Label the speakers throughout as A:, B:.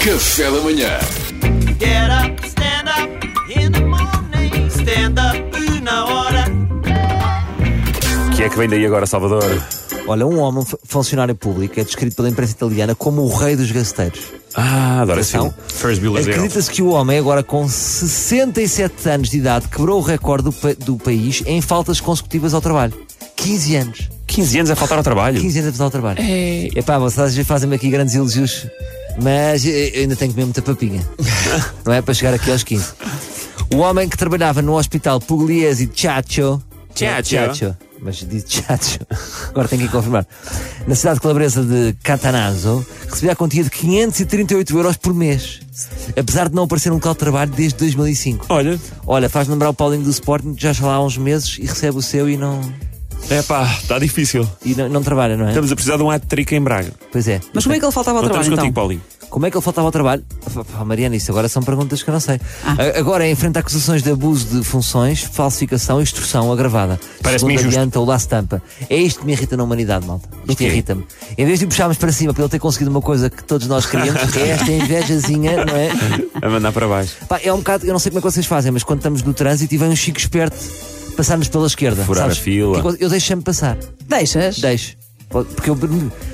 A: Café da manhã.
B: Get up, stand up in the morning. Stand up na hora.
C: Que é que vem daí agora, Salvador?
D: Olha, um homem fu- funcionário público é descrito pela imprensa italiana como o rei dos gasteiros.
C: Ah, adoro esse filme.
D: Atenção.
C: First Bill
D: Acredita-se que o homem, agora com 67 anos de idade, quebrou o recorde do, pa- do país em faltas consecutivas ao trabalho. 15 anos.
C: 15 anos a faltar ao trabalho.
D: 15 anos a faltar ao trabalho. Epá, vocês às vezes fazem-me aqui grandes elogios, mas eh, eu ainda tenho que comer muita papinha. Não é? Para chegar aqui aos 15. O homem que trabalhava no hospital Pugliese di Ciaccio.
C: Ciaccio.
D: Ciaccio. Mas diz Ciaccio. Agora tenho que confirmar. Na cidade calabresa de Catanazzo, recebia a quantia de 538 euros por mês. Apesar de não aparecer no local de trabalho desde 2005.
C: Olha,
D: Olha, faz lembrar o Paulinho do Sporting, que já está lá há uns meses e recebe o seu e não,
C: é pá, está difícil.
D: e não, não trabalha, não é?
C: Estamos a precisar de um hat-trick em Braga.
D: Pois é.
E: Mas como é que ele faltava ao
C: não estamos
E: trabalho
C: contigo,
E: então?
C: Paulinho.
D: Como é que ele faltava ao trabalho? Pá, pá, Mariana, isso agora são perguntas que eu não sei.
E: Ah.
D: A- Agora é enfrentar acusações de abuso de funções, falsificação e extorsão agravada.
C: Parece-me
D: Segundo
C: injusto.
D: adianta o Lá Stampa. É isto que me irrita na humanidade, malta. Isto
C: quê?
D: irrita-me. Em vez de o puxarmos para cima para ele ter conseguido uma coisa que todos nós queríamos, é esta invejazinha, não é?
C: A mandar para baixo.
D: Pá, é um bocado, eu não sei como é que vocês fazem, mas quando estamos no trânsito e vem um chico esperto passar-nos pela esquerda.
C: Furar a
D: sabes?
C: fila.
D: Porque Eu deixo-me passar.
E: Deixas?
D: Deixo. Porque eu,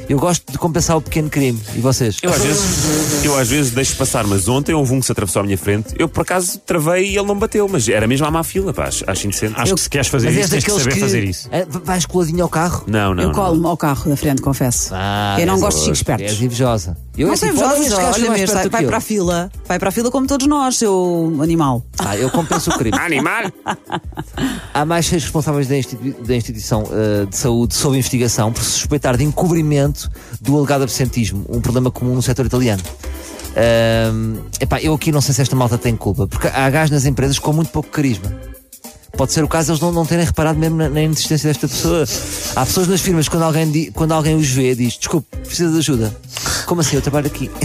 D: eu gosto de compensar o pequeno crime. E vocês?
C: Eu às, vezes, eu às vezes deixo passar, mas ontem houve um que se atravessou à minha frente. Eu por acaso travei e ele não bateu, mas era mesmo à má fila, pá, acho, acho indecente.
F: Acho que se queres fazer
D: Mas
F: isso, tens
D: és
F: que
D: daqueles
F: saber fazer isso.
D: Ah, v- Vais coladinho ao carro?
C: Não, não.
E: eu
C: não.
E: colo-me ao carro da frente, confesso.
D: Ah,
E: eu não
D: és
E: gosto de
D: boa.
E: chicos espertos.
D: És invejosa. Eu
E: Não
D: é
E: sei
D: tipo, olha, este
E: vozes,
D: gajo foi
E: olha
D: mais
E: mesmo,
D: esperto
E: vai
D: que eu.
E: para a fila. Vai para a fila como todos nós, seu animal.
D: Ah, eu compenso o crime.
C: Animar?
D: Há mais seis responsáveis da, institui- da instituição ah, de saúde sob investigação por suspeitar de encobrimento do alegado absentismo, um problema comum no setor italiano. Ahm, epá, eu aqui não sei se esta malta tem culpa, porque há gajos nas empresas com muito pouco carisma. Pode ser o caso de eles não, não terem reparado mesmo na, na inexistência desta pessoa. Há pessoas nas firmas, quando alguém, di- quando alguém os vê, diz: Desculpe, precisa de ajuda. Como assim? Eu trabalho aqui.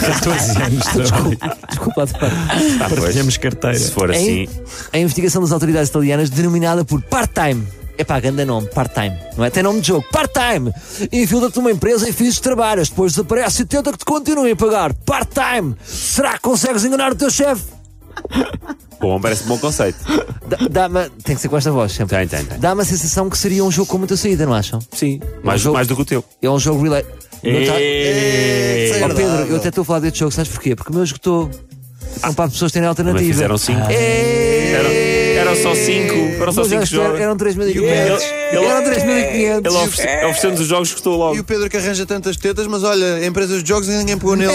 F: 14 anos de trabalho.
D: Desculpa, É Eduardo.
F: Partilhamos carteira.
C: Ah, Se for assim.
D: Em- A investigação das autoridades italianas, denominada por part-time. É pá, grande nome, part-time. Não é? Tem nome de jogo, part-time. Infiltra-te numa empresa em fixos trabalhos, depois desaparece e tenta que te continuem a pagar. Part-time. Será que consegues enganar o teu chefe?
C: Bom, parece um bom conceito.
D: Dá- Dá-me. Tem que ser com esta voz sempre.
C: Tem, tem, tem.
D: Dá-me a sensação que seria um jogo com muita saída, não acham?
C: Sim, mais,
D: jogo-
C: mais do que o teu.
D: É um jogo relay. Não tá-
C: Ei,
D: Ó Pedro, eu até estou a falar deste jogo, sabes porquê? Porque o meu esgotou. Então, para as pessoas terem alternativa. É.
C: Também fizeram cinco.
D: Ei!
C: Eram, eram só cinco. Eram só
D: Mas
C: cinco
D: acho que
C: jogos.
D: Eram 3.500.
C: Ele- ele-
D: Eram 3.500.
C: Ele oferece- ofereceu-nos os jogos que gostou
G: É. E
C: logo.
G: o Pedro que arranja tantas tetas, mas olha, empresas de jogos e ninguém pegou nele.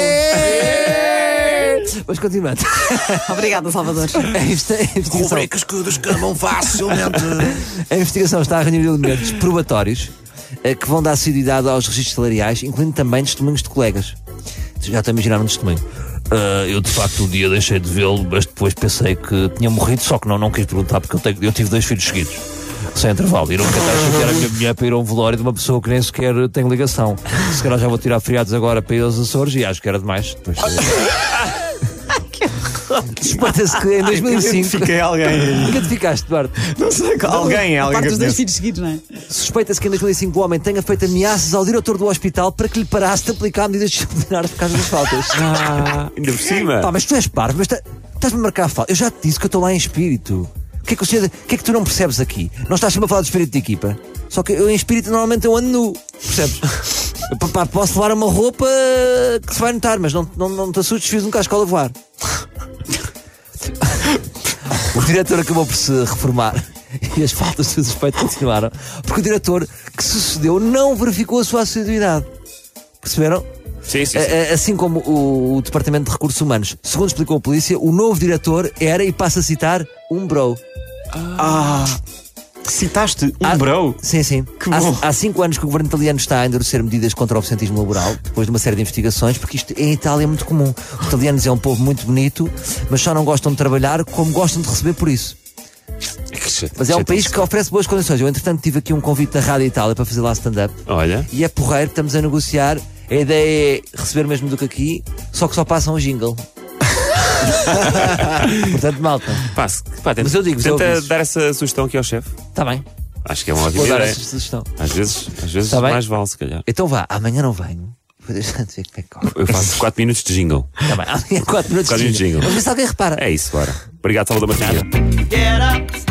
D: Mas continuando.
E: Obrigada, Salvador.
D: A investi- É a investigação,
G: que descamam facilmente.
D: a investigação está a reunir elementos probatórios eh, que vão dar assiduidade aos registros salariais, incluindo também testemunhos de colegas. Já estou a imaginar um testemunho. Ah, eu de facto um dia deixei de vê-lo, mas depois pensei que tinha morrido, só que não, não quis perguntar porque eu, tenho- eu tive dois filhos seguidos. Sem intervalo, e não quero estar a chatear a minha mulher para ir a um velório de uma pessoa que nem sequer tem ligação. Se calhar já vou tirar feriados agora para ir aos Açores e acho que era demais. Depois... Espanta-se que em 2005
F: Fiquei alguém aí.
D: Nunca te ficaste, Duarte.
F: Não sei, alguém, alguém
E: Parte
F: que eu
E: dos dois
F: conheço.
E: filhos seguidos, não é?
D: Suspeita-se que em 2005 o homem tenha feito ameaças ao diretor do hospital para que lhe parasse de aplicar medidas disciplinares por causa das faltas.
C: Ah, ainda por cima.
D: Pá, mas tu és parvo, mas tá- estás-me a marcar a falta. Eu já te disse que eu estou lá em espírito. O que, é que, o senhor- o que é que tu não percebes aqui? Não estás sempre a falar de espírito de equipa. Só que eu em espírito normalmente eu ando nu. Percebes? Eu, pá, pá, posso levar uma roupa que se vai notar, mas não, não, não te assustes, fiz um cascal a voar. O diretor acabou por se reformar e as faltas do suspeito continuaram, porque o diretor que sucedeu não verificou a sua assiduidade. Perceberam?
C: Sim, sim, sim.
D: A- a- Assim como o, o Departamento de Recursos Humanos. Segundo explicou a polícia, o novo diretor era, e passo a citar, um bro.
F: Ah. Citaste um
D: Ah,
F: bro.
D: Sim, sim.
F: bom.
D: Há, há cinco anos que o governo italiano está a endurecer medidas contra o absentismo laboral, depois de uma série de investigações, porque isto em Itália é muito comum. Os italianos é um povo muito bonito, mas só não gostam de trabalhar como gostam de receber por isso. Mas é um país que oferece boas condições. Eu, entretanto, tive aqui um convite da Rádio Itália para fazer lá stand-up.
C: Olha.
D: E é porreiro, estamos a negociar. A ideia é receber mesmo do que aqui, só que só passam o jingle. Portanto, malta.
C: Pá, se- pá, tenta,
D: Mas eu digo, se eu
C: tenta
D: ouvisses.
C: dar essa sugestão aqui ao chefe.
D: Está tá bem.
C: Acho que é uma ótima
D: Vou dar
C: ideia.
D: essa sugestão.
C: Às vezes, às vezes
D: Tá bem?
C: mais vale, se calhar.
D: Então vá, amanhã não venho. Foi deixando ver como é que corre.
C: Eu faço 4 minutos de jingle.
D: Tá bem, amanhã 4 minutos
C: Quatro
D: de
C: minutos de jingle.
D: Vamos ver se alguém repara.
C: É isso, bora. Obrigado, Salvador Martinha.
B: Get up,